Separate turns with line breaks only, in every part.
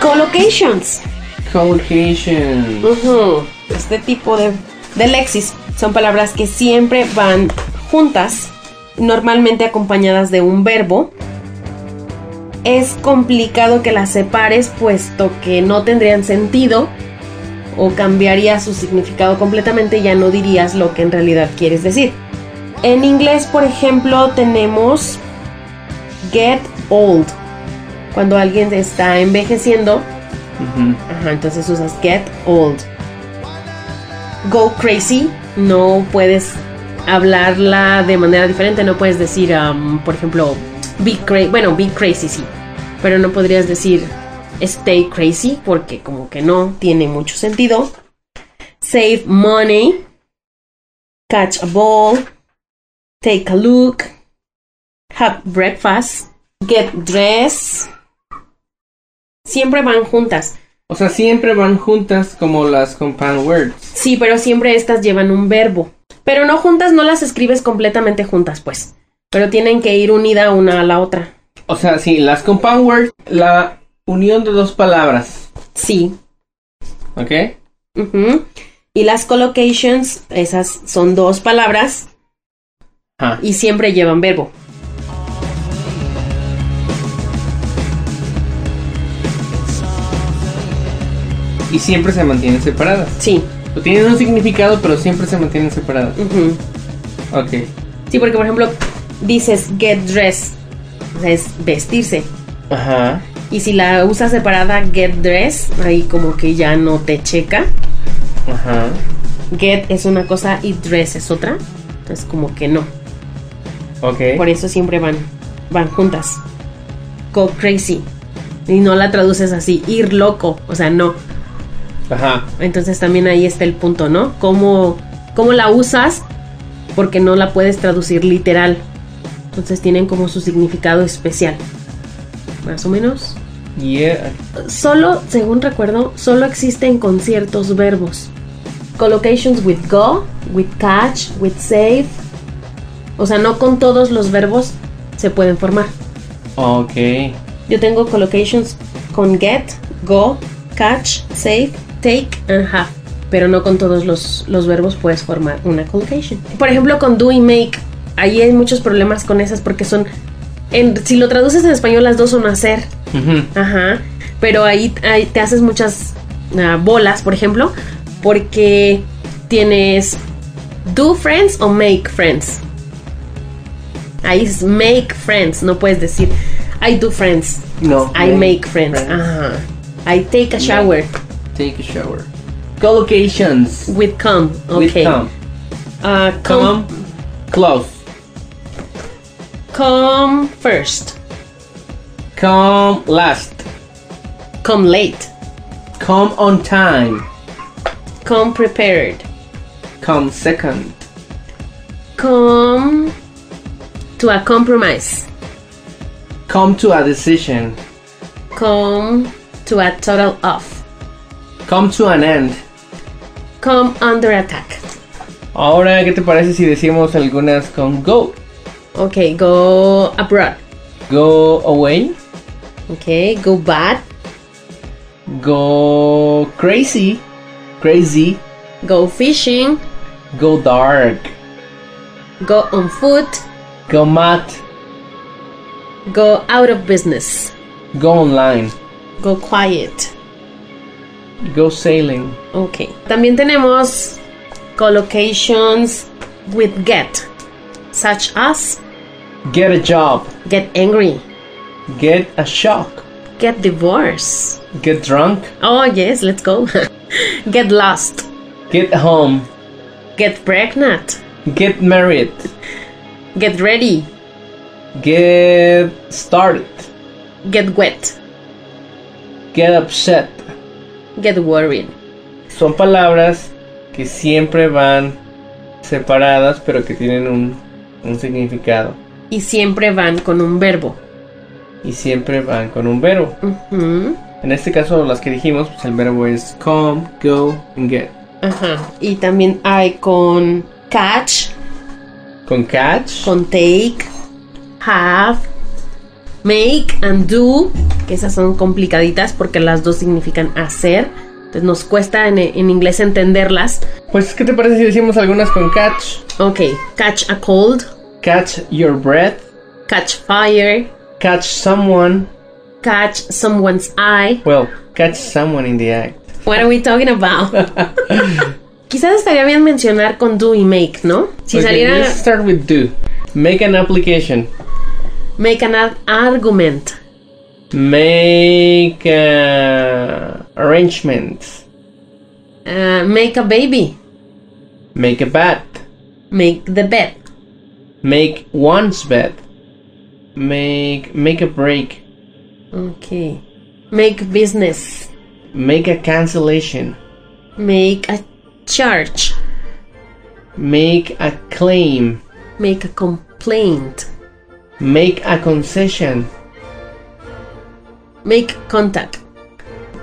Collocations.
Collocation.
Ujú. Este tipo de, de lexis son palabras que siempre van juntas, normalmente acompañadas de un verbo. Es complicado que las separes puesto que no tendrían sentido o cambiaría su significado completamente y ya no dirías lo que en realidad quieres decir. En inglés, por ejemplo, tenemos get old. Cuando alguien está envejeciendo,
Ujú.
Ajá, entonces usas get old. Go crazy. No puedes hablarla de manera diferente. No puedes decir, am, por ejemplo, be crazy. Bueno, be crazy sí. Pero no podrías decir stay crazy porque como que no tiene mucho sentido. Save money. Catch a ball. Take a look. Have breakfast. Get dressed. Siempre van juntas.
O sea, siempre van juntas como las compound words.
Sí, pero siempre estas llevan un verbo. Pero no juntas, no las escribes completamente juntas, pues. Pero tienen que ir unida una a la otra.
O sea, sí, las compound words, la unión de dos palabras.
Sí.
¿Ok?
ujú. Y las collocations, esas son dos palabras
Ajá.
y siempre llevan verbo.
Y siempre se mantienen separadas.
Sí.
O tienen un significado, pero siempre se mantienen separadas.
ujú.
Ok.
Sí, porque por ejemplo, dices get dressed. o sea, es vestirse.
Ajá.
Y si la usas separada, get dressed, ahí como que ya no te checa.
Ajá.
Get es una cosa y dress es otra. Entonces como que no.
Ok.
Por eso siempre van, van juntas. Go crazy. Y no la traduces así, ir loco. O sea, no.
Ajá.
Entonces también ahí está el punto, ¿no? ¿Cómo, cómo la usas? Porque no la puedes traducir literal. Entonces tienen como su significado especial. Más o menos.
Yeah.
Solo, según recuerdo, solo existen conciertos verbos. Collocations with go, with catch, with save. O sea, no con todos los verbos se pueden formar.
Ok.
Yo tengo collocations con get, go, catch, save, take and have. Pero no con todos los, los verbos puedes formar una collocation. Por ejemplo, con do y make. Ahí hay muchos problemas con esas porque son... en- si lo traduces en español, las dos son hacer.
Ujú.
Ajá. Pero ahí, ahí te haces muchas ah, bolas, por ejemplo, porque tienes do friends o make friends. Ahí es make friends, no puedes decir I do friends,
No.
I make friends.
friends.
Ajá. I take a shower
Take a shower. Collocations.
with come. Okay.
With come.
Ah, come,
Come. Close.
come first,
Come last.
come late,
Come on time.
come prepared,
Come second.
come to a compromise.
Come to a decision.
come to a total off,
Come to an end.
come under attack.
Ahora, ¿qué te parece si decimos algunas con go?
Okay, go abroad.
Go away.
Okay, go bad,
Go crazy. Crazy.
go fishing,
Go dark.
go on foot,
Go mad.
go out of business,
Go online.
go quiet.
Go sailing.
Okay. También tenemos collocations with get, such as
Get a job.
get angry,
Get a shock.
get divorced.
Get drunk.
Oh, yes, let's go. get lost,
Get home.
get pregnant,
Get married.
get ready,
Get started.
get wet,
Get upset.
get worried.
Son palabras que siempre van separadas, pero que tienen un, un significado.
y siempre van con un verbo.
Y siempre van con un verbo.
Ujú.
En este caso, las que dijimos, pues el verbo es come, go, and get.
Ajá. Y también hay con catch,
Con catch.
con take, have, Make and do, que esas son complicaditas porque las dos significan hacer. Entonces nos cuesta en, en inglés entenderlas.
Pues, ¿qué te parece si decimos algunas con catch?
Ok, catch a cold,
Catch your breath.
catch fire,
Catch someone.
catch someone's eye.
Well, catch someone in the act.
What are we talking about? Quizás estaría bien mencionar con do y make, ¿no? Si
Okay,
saliera
Let's start with do. Make an application.
make an ar- argument,
Make uh, arrangements.
uh, make a baby,
Make a bath.
make the bed,
Make one's bed. Make make a break.
okay, make business,
Make a cancellation.
make a charge,
Make a claim.
make a complaint,
Make a concession.
make contact,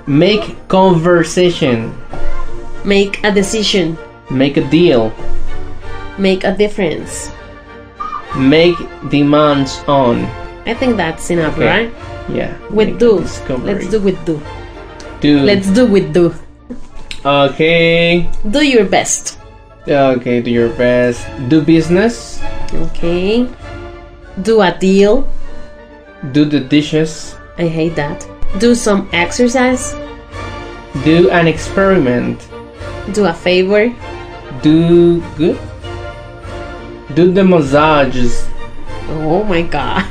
Make conversation.
make a decision,
Make a deal.
make a difference.
Make demands on.
I think that's enough,
Okay.
right?
Yeah.
With
make
do,
discovery. Mm.
let's do with do.
do.
Let's do with do.
Okay.
Do your best,
Okay, do your best. Do business.
okay? Do a deal.
Do the dishes.
I hate that. Do some exercise.
Do an experiment.
Do a favor.
Do good. Do the massages.
Oh my god.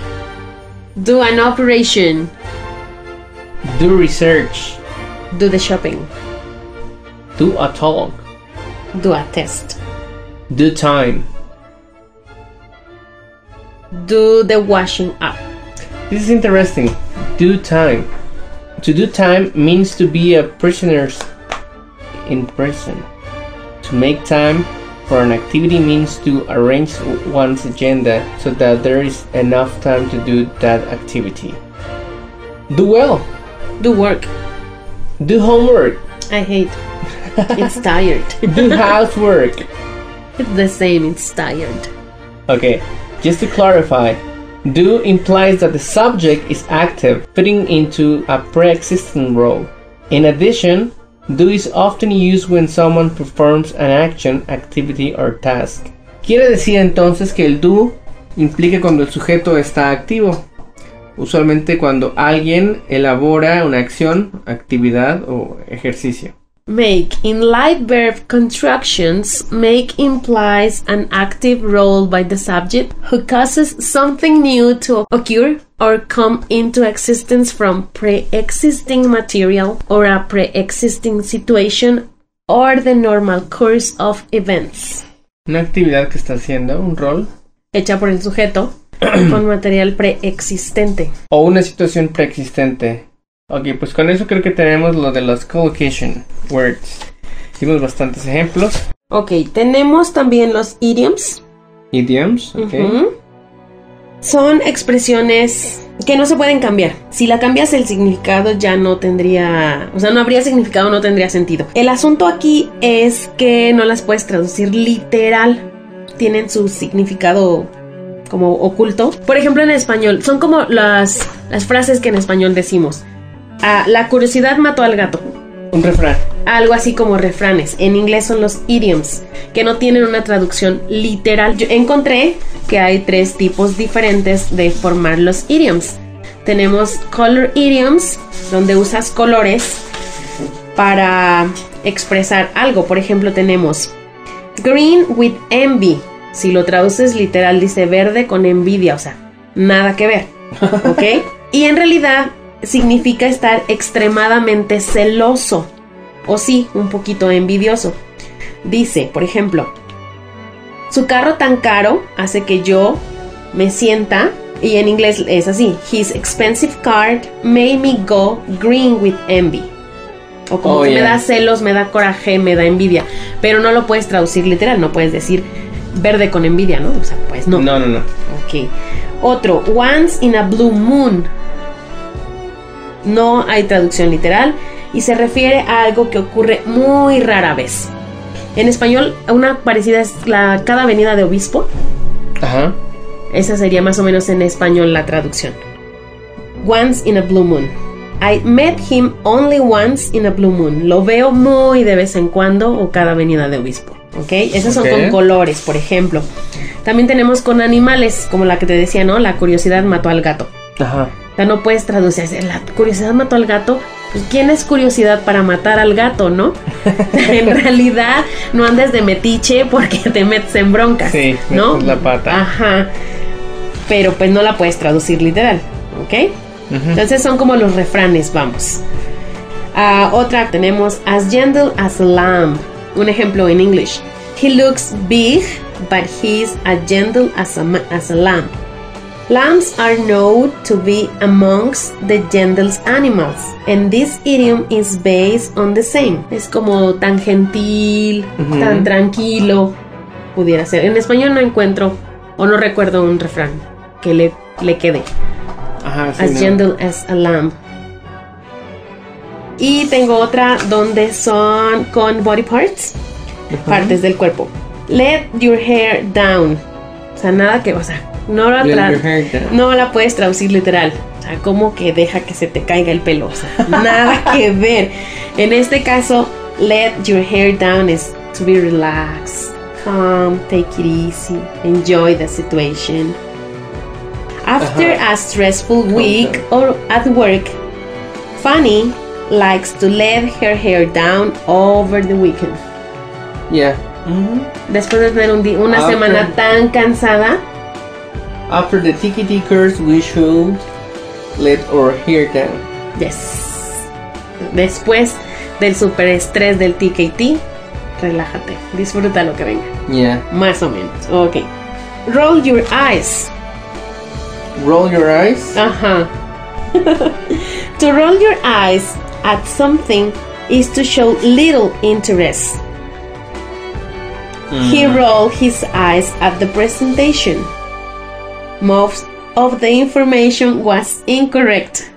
Do an operation.
Do research.
Do the shopping.
Do a talk.
Do a test.
Do time.
Do the washing up.
This is interesting. Do time. To do time means to be a prisoner in prison. To make time for an activity means to arrange one's agenda so that there is enough time to do that activity. Do well.
Do work.
Do homework.
I hate. It's tired.
Do housework.
It's the same, it's tired.
Okay, just to clarify, do implies that the subject is active, fitting into a pre-existing role. In addition, do is often used when someone performs an action, activity or task. Quiere decir entonces que el do implica cuando el sujeto está activo. Usualmente cuando alguien elabora una acción, actividad o ejercicio.
Make. In light verb constructions, make implies an active role by the subject who causes something new to occur or come into existence from pre existing material or a pre existing situation or the normal course of events.
Una actividad que está haciendo, un rol
Hecha por el sujeto con material preexistente.
o una situación preexistente. Ok, pues con eso creo que tenemos lo de los collocation words. Hicimos bastantes ejemplos.
Ok, tenemos también los idioms.
Idioms, ok.
Ujú. Son expresiones que no se pueden cambiar. Si la cambias el significado ya no tendría, o sea, no habría significado, no tendría sentido. El asunto aquí es que no las puedes traducir literal. Tienen su significado como oculto. Por ejemplo, en español, son como las, las frases que en español decimos. Ah, la curiosidad mató al gato.
Un refrán.
Algo así como refranes. En inglés son los idioms, que no tienen una traducción literal. Yo encontré que hay tres tipos diferentes de formar los idioms. Tenemos color idioms, donde usas colores para expresar algo. Por ejemplo, tenemos green with envy. Si lo traduces literal, dice verde con envidia, o sea, nada que ver. ¿Ok? y en realidad significa estar extremadamente celoso o sí, un poquito envidioso. Dice, por ejemplo, su carro tan caro hace que yo me sienta, y en inglés es así, his expensive car made me go green with envy. O como
Oh,
que me
yeah.
da celos, me da coraje, me da envidia, pero no lo puedes traducir literal, no puedes decir verde con envidia, ¿no? O sea, pues no.
No, no, no.
Ok. Otro, once in a blue moon. No hay traducción literal y se refiere a algo que ocurre muy rara vez. En español, una parecida es la cada venida de obispo.
Ajá.
Esa sería más o menos en español la traducción. once in a blue moon. I met him only once in a blue moon. Lo veo muy de vez en cuando o cada venida de obispo. ¿Ok? Esos
Ok.
son con colores, por ejemplo. También tenemos con animales, como la que te decía, ¿no? La curiosidad mató al gato.
Ajá.
O sea, no puedes traducir. así, La curiosidad mató al gato. Pues, ¿quién es curiosidad para matar al gato, no? en realidad, no andes de metiche porque te metes en broncas.
Sí,
¿no?
metes la pata.
Ajá. Pero pues no la puedes traducir literal, ¿ok?
Ujú.
Entonces son como los refranes, vamos. Ah, otra tenemos as gentle as a lamb. Un ejemplo en English. He looks big, but he's as gentle as a, ma- as a lamb. Lambs are known to be amongst the gentlest animals, and this idiom is based on the same. Es como tan gentil,
Ujú.
tan tranquilo, pudiera ser. En español no encuentro o no recuerdo un refrán que le, le quede
Ajá, sí,
as
no.
gentle as a lamb. Y tengo otra donde son con body parts,
Ujú.
partes del cuerpo. Let your hair down. O sea, nada que, o sea, no la,
Let
tra-
your hair down.
no la puedes traducir literal. O sea, como que deja que se te caiga el pelo. O sea, nada que ver. En este caso, let your hair down is to be relaxed, calm, take it easy, enjoy the situation. After
Ajá.
a stressful week or at work, Fanny likes to let her hair down over the weekend.
Yeah.
Después de tener un di- una
Ah, ok.
semana tan cansada,
After the tickety curse, we should let our hair down.
Yes. Después del super estrés del TKT, relájate, disfruta lo que venga.
Yeah.
Más o menos. Ok. Roll your eyes.
Roll your
Ah.
eyes.
Ajá. to roll your eyes at something is to show little interest. He rolled his eyes at the presentation. Most of the information was incorrect.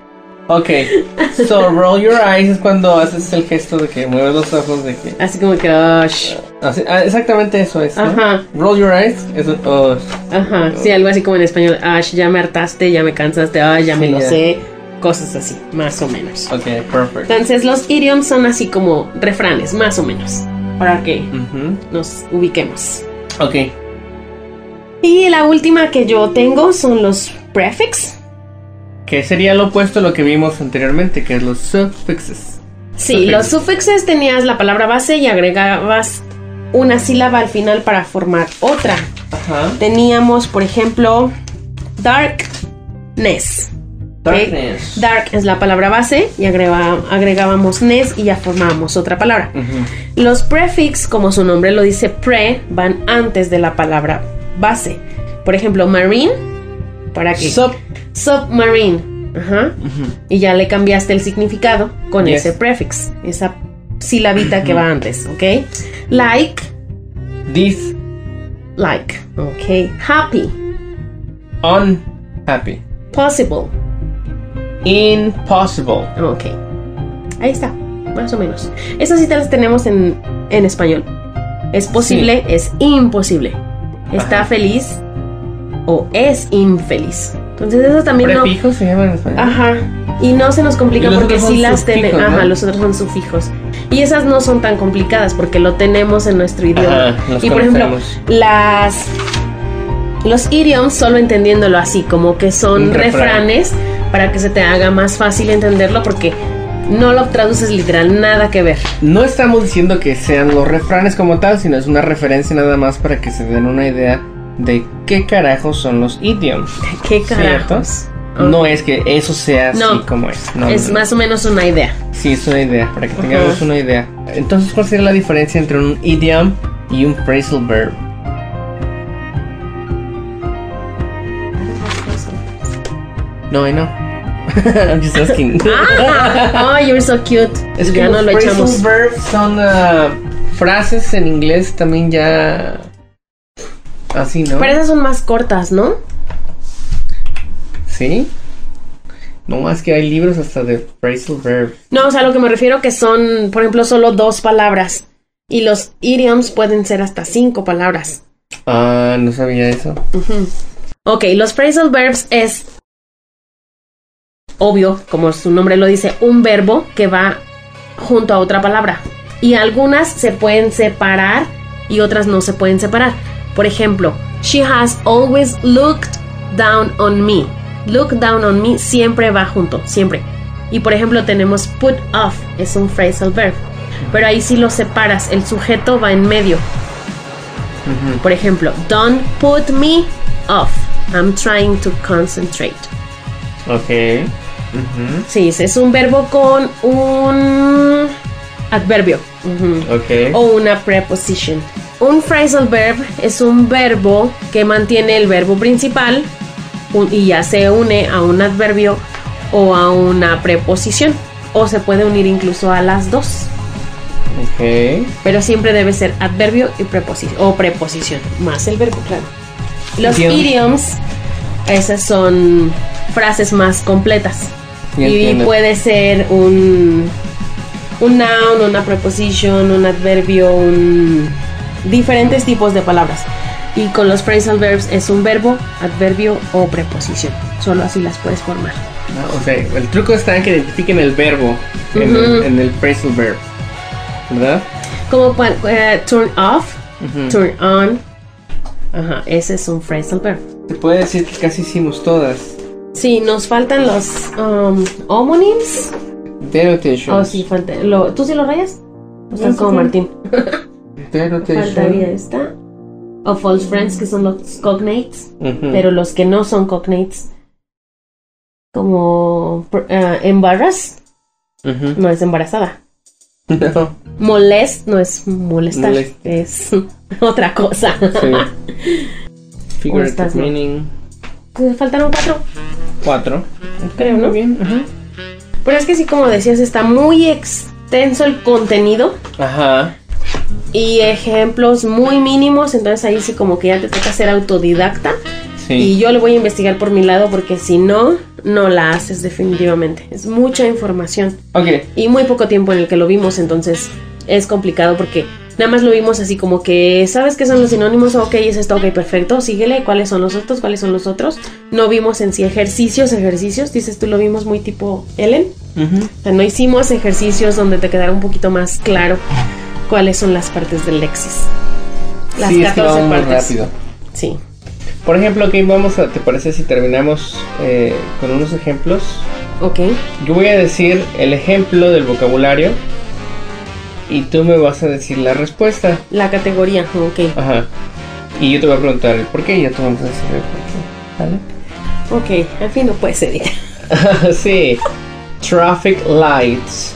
Okay. So roll your eyes es cuando haces el gesto de que mueves los ojos de que.
Así como que, "Oh, "Osh".
Así- ah, exactamente eso es. ¿no?
Ajá.
Roll your eyes es un- oh,
Ajá, sí, algo así como en español, Ash, ya me hartaste, ya me cansaste, ah, ya me
Sí,
lo
ya.
sé, cosas así, más o menos.
Okay, perfect.
Entonces los idioms son así como refranes, más o menos, para que
Ujú.
nos ubiquemos.
Okay.
Y la última que yo tengo son los prefix.
Que sería lo opuesto a lo que vimos anteriormente, que es los suffixes.
Sí,
Perfecto.
los sufixes tenías la palabra base y agregabas una sílaba al final para formar otra.
Ajá.
Teníamos, por ejemplo, darkness.
Darkness.
Dark es la palabra base y agrega- agregábamos nes y ya formábamos otra palabra.
Ujú.
Los prefix, como su nombre lo dice, pre, van antes de la palabra base. Por ejemplo, marine, para que...
Sub.
submarine. Ajá.
Ujú.
Y ya le cambiaste el significado con
Yes.
ese prefix, esa silabita que va antes, ¿ok? Like,
This
like, ¿ok? Happy,
unhappy.
possible,
Impossible.
Ok. Ahí está, más o menos. Esas citas las tenemos en, en español. Es posible, es imposible. Está
Ajá.
feliz o es infeliz. Entonces eso también no...
Prefijo se llama en español.
Ajá. Y no se nos complica
Y los
porque
otros son
sí las tenemos...
sufijos,
Ajá,
¿no?
los otros son sufijos. Y esas no son tan complicadas porque lo tenemos en nuestro idioma.
Ajá, los
y por ejemplo,
conocemos.
las... Los idioms, solo entendiéndolo así, como que son
Un refrán.
refranes para que se te haga más fácil entenderlo porque no lo traduces literal, nada que ver.
No estamos diciendo que sean los refranes como tal, sino es una referencia nada más para que se den una idea de qué carajos son los idioms.
¿Qué carajos? Ah.
No es que eso sea así
No.
como es. No,
es
no, no.
más o menos una idea.
Sí, es una idea, para que tengamos
Ajá.
una idea. Entonces, ¿cuál sería la diferencia entre un idiom y un phrasal verb? No, I know. I'm just asking.
Ah, oh, you're so cute.
Es que
ya no
los
lo
phrasal
echamos.
verbs son ah, frases en inglés también ya así, ¿no?
Pero esas son más cortas, ¿no?
Sí. No más que hay libros hasta de phrasal verb.
No, o sea, lo que me refiero que son, por ejemplo, solo dos palabras. Y los idioms pueden ser hasta cinco palabras.
Ah, no sabía eso.
Ok, los phrasal verbs es obvio, como su nombre lo dice, un verbo que va junto a otra palabra. Y algunas se pueden separar y otras no se pueden separar. Por ejemplo, she has always looked down on me. Look down on me siempre va junto, siempre. Y por ejemplo tenemos put off, es un phrasal verb. Pero ahí sí lo separas, el sujeto va en medio. Por ejemplo, don't put me off. I'm trying to concentrate.
Okay. Ujú.
Sí, es un verbo con un adverbio. Ujú.
Okay.
o una preposition. Un phrasal verb es un verbo que mantiene el verbo principal un- y ya se une a un adverbio o a una preposición o se puede unir incluso a las dos,
Okay.
pero siempre debe ser adverbio y preposición o preposición más el verbo, claro. Los
Entiendo.
idioms esas son frases más completas.
Ya
Y
entiendo.
puede ser un, un noun, una preposición, un adverbio, un, diferentes tipos de palabras. Y con los phrasal verbs es un verbo, adverbio o preposición. Solo así las puedes formar.
Ah, o sea, el truco está en que identifiquen el verbo en, el,
Ujú.
en el phrasal verb, ¿verdad?
Como cua- eh, turn off,
Ujú.
turn on. Ajá, ese es un phrasal verb.
Se puede decir que casi hicimos todas.
Sí, nos faltan los um, homonyms.
Denotations.
Oh, sí, falta. lo- ¿Tú sí lo rayas? O
No,
estás
sí,
como
sí.
Martín.
Denotations.
Faltaría esta. O false friends, que son los cognates.
Ujú.
pero los que no son cognates, como pr- ah, embarrass,
Ujú.
no es embarazada.
No.
Molest no es molestar,
Molest.
es otra cosa.
Sí. Figurative
estás, no?
meaning.
Faltaron cuatro,
Cuatro.
creo, ¿no?
Muy bien. Ajá.
Pero es que sí, como decías, está muy extenso el contenido
Ajá.
y ejemplos muy mínimos, entonces ahí sí como que ya te toca ser autodidacta. Y
Sí.
yo lo voy a investigar por mi lado porque si no, no la haces definitivamente. Es mucha información.
Ok.
y muy poco tiempo en el que lo vimos, entonces es complicado porque nada más lo vimos así como que, ¿sabes qué son los sinónimos? Ok, es esto, ok, perfecto, síguele, ¿cuáles son los otros? ¿Cuáles son los otros? No vimos en sí ejercicios, ejercicios, dices tú lo vimos muy tipo Ellen,
Ujú.
o sea, no hicimos ejercicios donde te quedara un poquito más claro cuáles son las partes del Lexis. Las
sí, es
14
que vamos muy
partes.
rápido.
Sí.
Por ejemplo, ok, vamos a, ¿te parece si terminamos eh, con unos ejemplos?
Ok.
Yo voy a decir el ejemplo del vocabulario y tú me vas a decir la respuesta.
La categoría, ok.
Ajá. Y yo te voy a preguntar el por qué y ya tú vamos a decir el por qué.
Ok, al fin no puede ser.
¿Vale? sí. Traffic lights.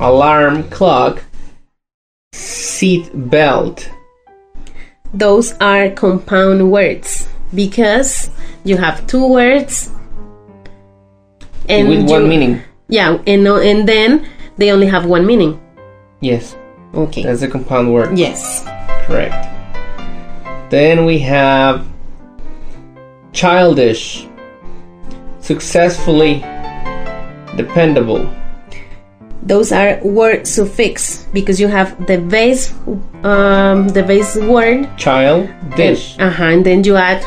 Alarm clock. Seat belt.
those are compound words because you have two words
with one
you-
meaning.
yeah and no- and then they only have one meaning
Yes.
okay
That's a compound word.
yes
Correct. Then we have childish, successfully, dependable.
those are word suffix because you have the base um the base word
Child dish.
uh-huh, and then you add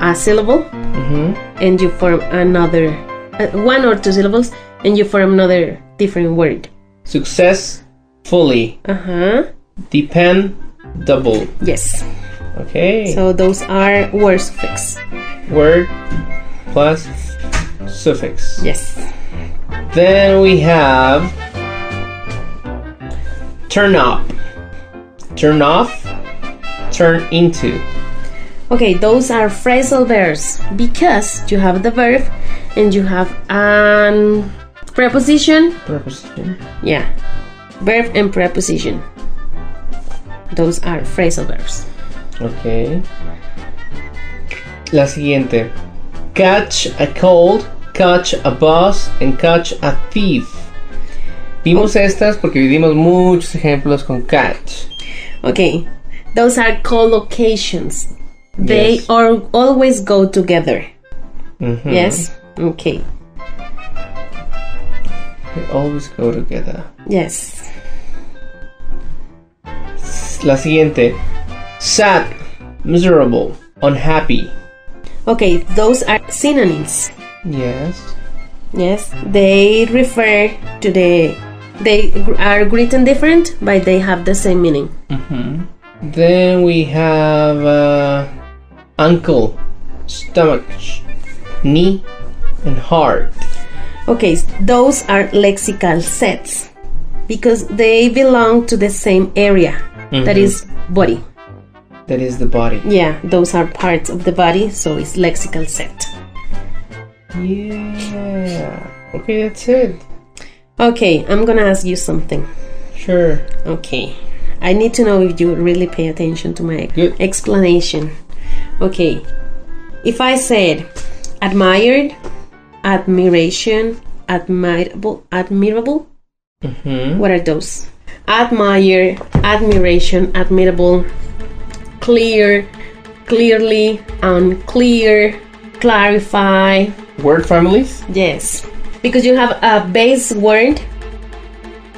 a syllable Mm-hmm.
Mhm.
and you form another uh, one or two syllables and you form another different word
Successfully,
uh-huh
dependable.
yes
Okay.
so those are word suffix
Word plus suffix.
yes
Then we have turn up, turn off, turn into.
Okay, those are phrasal verbs because you have the verb and you have an preposition.
Preposition.
Yeah, verb and preposition. Those are phrasal verbs.
Ok. La siguiente. Catch a cold, catch a bus, and catch a thief. Vimos estas porque vivimos muchos ejemplos con catch.
Okay, those are collocations. They
Yes.
are always go together.
Ujú.
Yes. Okay.
They always go together.
Yes.
La siguiente. Sad, miserable, unhappy.
Okay, those are synonyms.
Yes.
Yes, they refer to the. They gr- are written different, but they have the same meaning.
Then we have uh, ankle, stomach, knee, and heart.
Okay, s- those are lexical sets because they belong to the same area that is body.
That is the body.
Yeah, those are parts of the body, so it's lexical set.
Yeah. Okay, that's it.
Okay, I'm gonna ask you something.
Sure.
Okay, I need to know if you really pay attention to my
Good.
explanation. Okay, if I said admired, admiration, admirable, admirable, what are those? Admire, admiration, admirable, clear, clearly, unclear, clarify,
Word families?
Yes, because you have a base word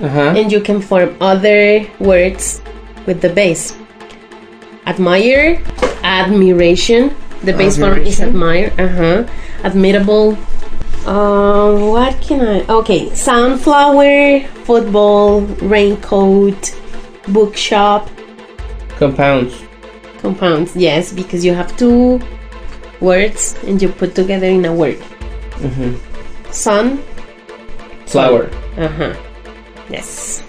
Uh huh.
and you can form other words with the base. Admire, admiration. The base form is admire. Uh huh. Admirable. Um, what can I? Okay, sunflower, football, raincoat, bookshop,
Compounds.
compounds. Yes, because you have two words and you put together in a word. Sun,
Flower.
Uh huh. Yes.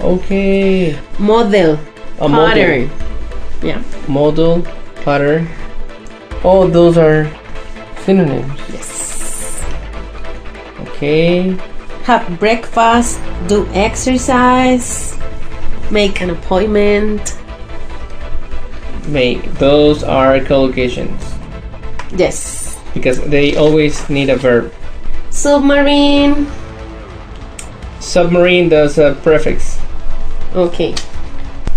Okay.
Model.
A
Pattern. Yeah.
Model. Pattern. Oh, those are synonyms.
Yes.
Okay.
Have breakfast. Do exercise. Make an appointment.
Make. Those are collocations
Yes.
because they always need a verb.
Submarine.
Submarine does a prefix.
Okay.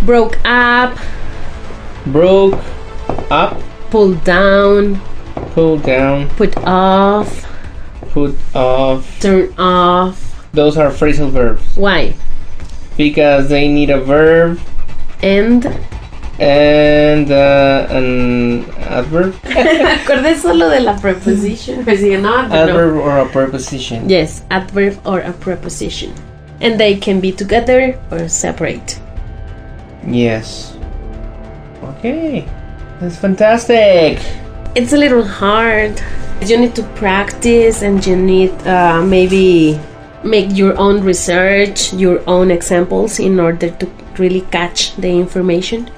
Broke up.
Broke. Up.
Pull down.
Pull down.
Put off.
Put off.
Turn off.
Those are phrasal verbs
Why?
because they need a verb
And.
and uh, an adverb,
Me acordé solo de la preposition. Pues sí, no, no.
adverb or a preposition.
Yes, adverb or a preposition. And they can be together or separate.
Yes. Okay, that's fantastic.
It's a little hard. You need to practice and you need uh, maybe make your own research, your own examples in order to really catch the information.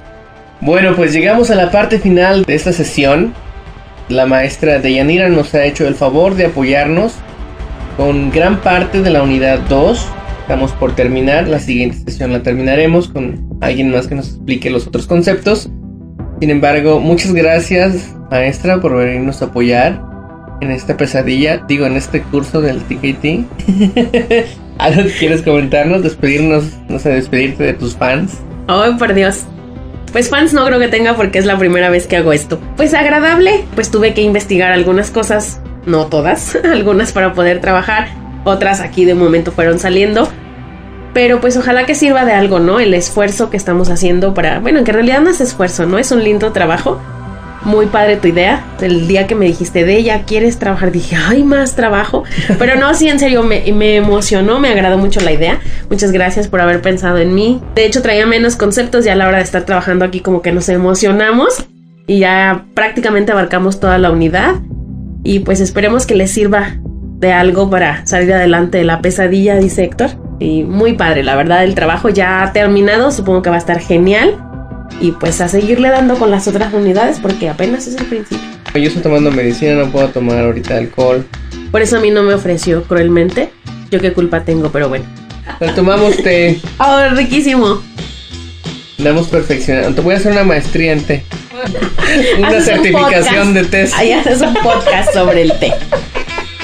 Bueno, pues llegamos a la parte final de esta sesión. La maestra Deyanira nos ha hecho el favor de apoyarnos con gran parte de la unidad 2. Estamos por terminar, la siguiente sesión la terminaremos con alguien más que nos explique los otros conceptos. Sin embargo, muchas gracias maestra por venirnos a apoyar en esta pesadilla, digo, en este curso del TKT. ¿Algo que quieres comentarnos? Despedirnos, no sé, despedirte de tus fans.
Oh, por Dios. Pues fans no creo que tenga porque es la primera vez que hago esto. Pues agradable, pues tuve que investigar algunas cosas, no todas, algunas para poder trabajar, otras aquí de momento fueron saliendo. Pero pues ojalá que sirva de algo, ¿no? El esfuerzo que estamos haciendo para, bueno, que en realidad no es esfuerzo, ¿no? Es un lindo trabajo. Muy padre tu idea. El día que me dijiste de ella, ¿quieres trabajar? Dije, ¡ay, más trabajo! Pero no, sí, en serio, me, me emocionó, me agradó mucho la idea. Muchas gracias por haber pensado en mí. De hecho, traía menos conceptos y a la hora de estar trabajando aquí como que nos emocionamos y ya prácticamente abarcamos toda la unidad. Y pues esperemos que les sirva de algo para salir adelante de la pesadilla, dice Héctor. Y muy padre, la verdad, el trabajo ya ha terminado, supongo que va a estar genial. Y pues a seguirle dando con las otras unidades porque apenas es el principio.
Yo estoy tomando medicina, no puedo tomar ahorita alcohol.
Por eso a mí no me ofreció cruelmente. Yo qué culpa tengo, pero bueno.
Pero tomamos té,
¡Oh, riquísimo!
andamos perfeccionando. Te voy a hacer una maestría en té. Una
Haces un
certificación
podcast.
de té.
Ahí haces un podcast sobre el té.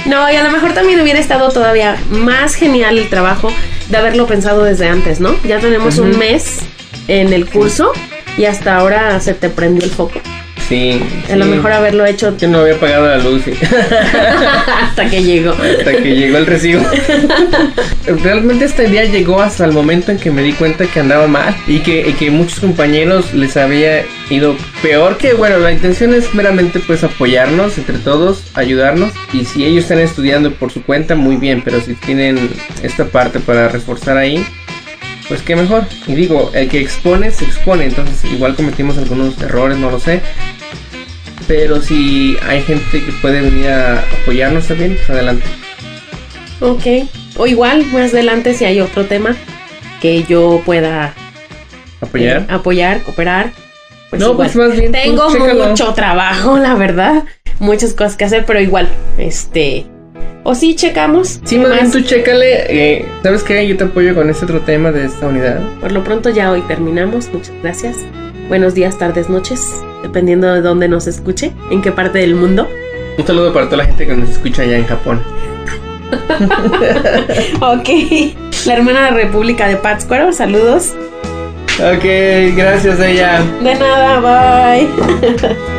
No, y a lo mejor también hubiera estado todavía más genial el trabajo de haberlo pensado desde antes, ¿no? Ya tenemos un mes en el curso y hasta ahora se te prendió el foco.
Sí.
A lo
sí.
mejor haberlo hecho
Que no había pagado la luz y-
hasta que llegó.
hasta que llegó el recibo. Realmente esta idea llegó hasta el momento en que me di cuenta que andaba mal y que, y que muchos compañeros les había ido peor que, bueno, la intención es meramente pues apoyarnos entre todos, ayudarnos y si ellos están estudiando por su cuenta, muy bien, pero si tienen esta parte para reforzar ahí. Pues qué mejor. Y digo, el que expone se expone. Entonces igual cometimos algunos errores, no lo sé. Pero si hay gente que puede venir a apoyarnos también, pues adelante.
Ok. O igual, más adelante si hay otro tema que yo pueda eh,
apoyar.
apoyar, cooperar. Pues
no,
igual.
pues más bien. tú
Tengo
chécalo.
mucho trabajo, la verdad. Muchas cosas que hacer, pero igual, este. O sí, checamos.
Sí, más bien
Más,
tú chécale. eh, ¿Sabes qué? Yo te apoyo con este otro tema de esta unidad.
Por lo pronto ya hoy terminamos. Muchas gracias. Buenos días, tardes, noches. Dependiendo de dónde nos escuche, en qué parte del mundo.
Un saludo para toda la gente que nos escucha allá en Japón.
Ok. La hermana de República de Pátzcuaro, saludos.
Ok, gracias a ella.
De nada, bye.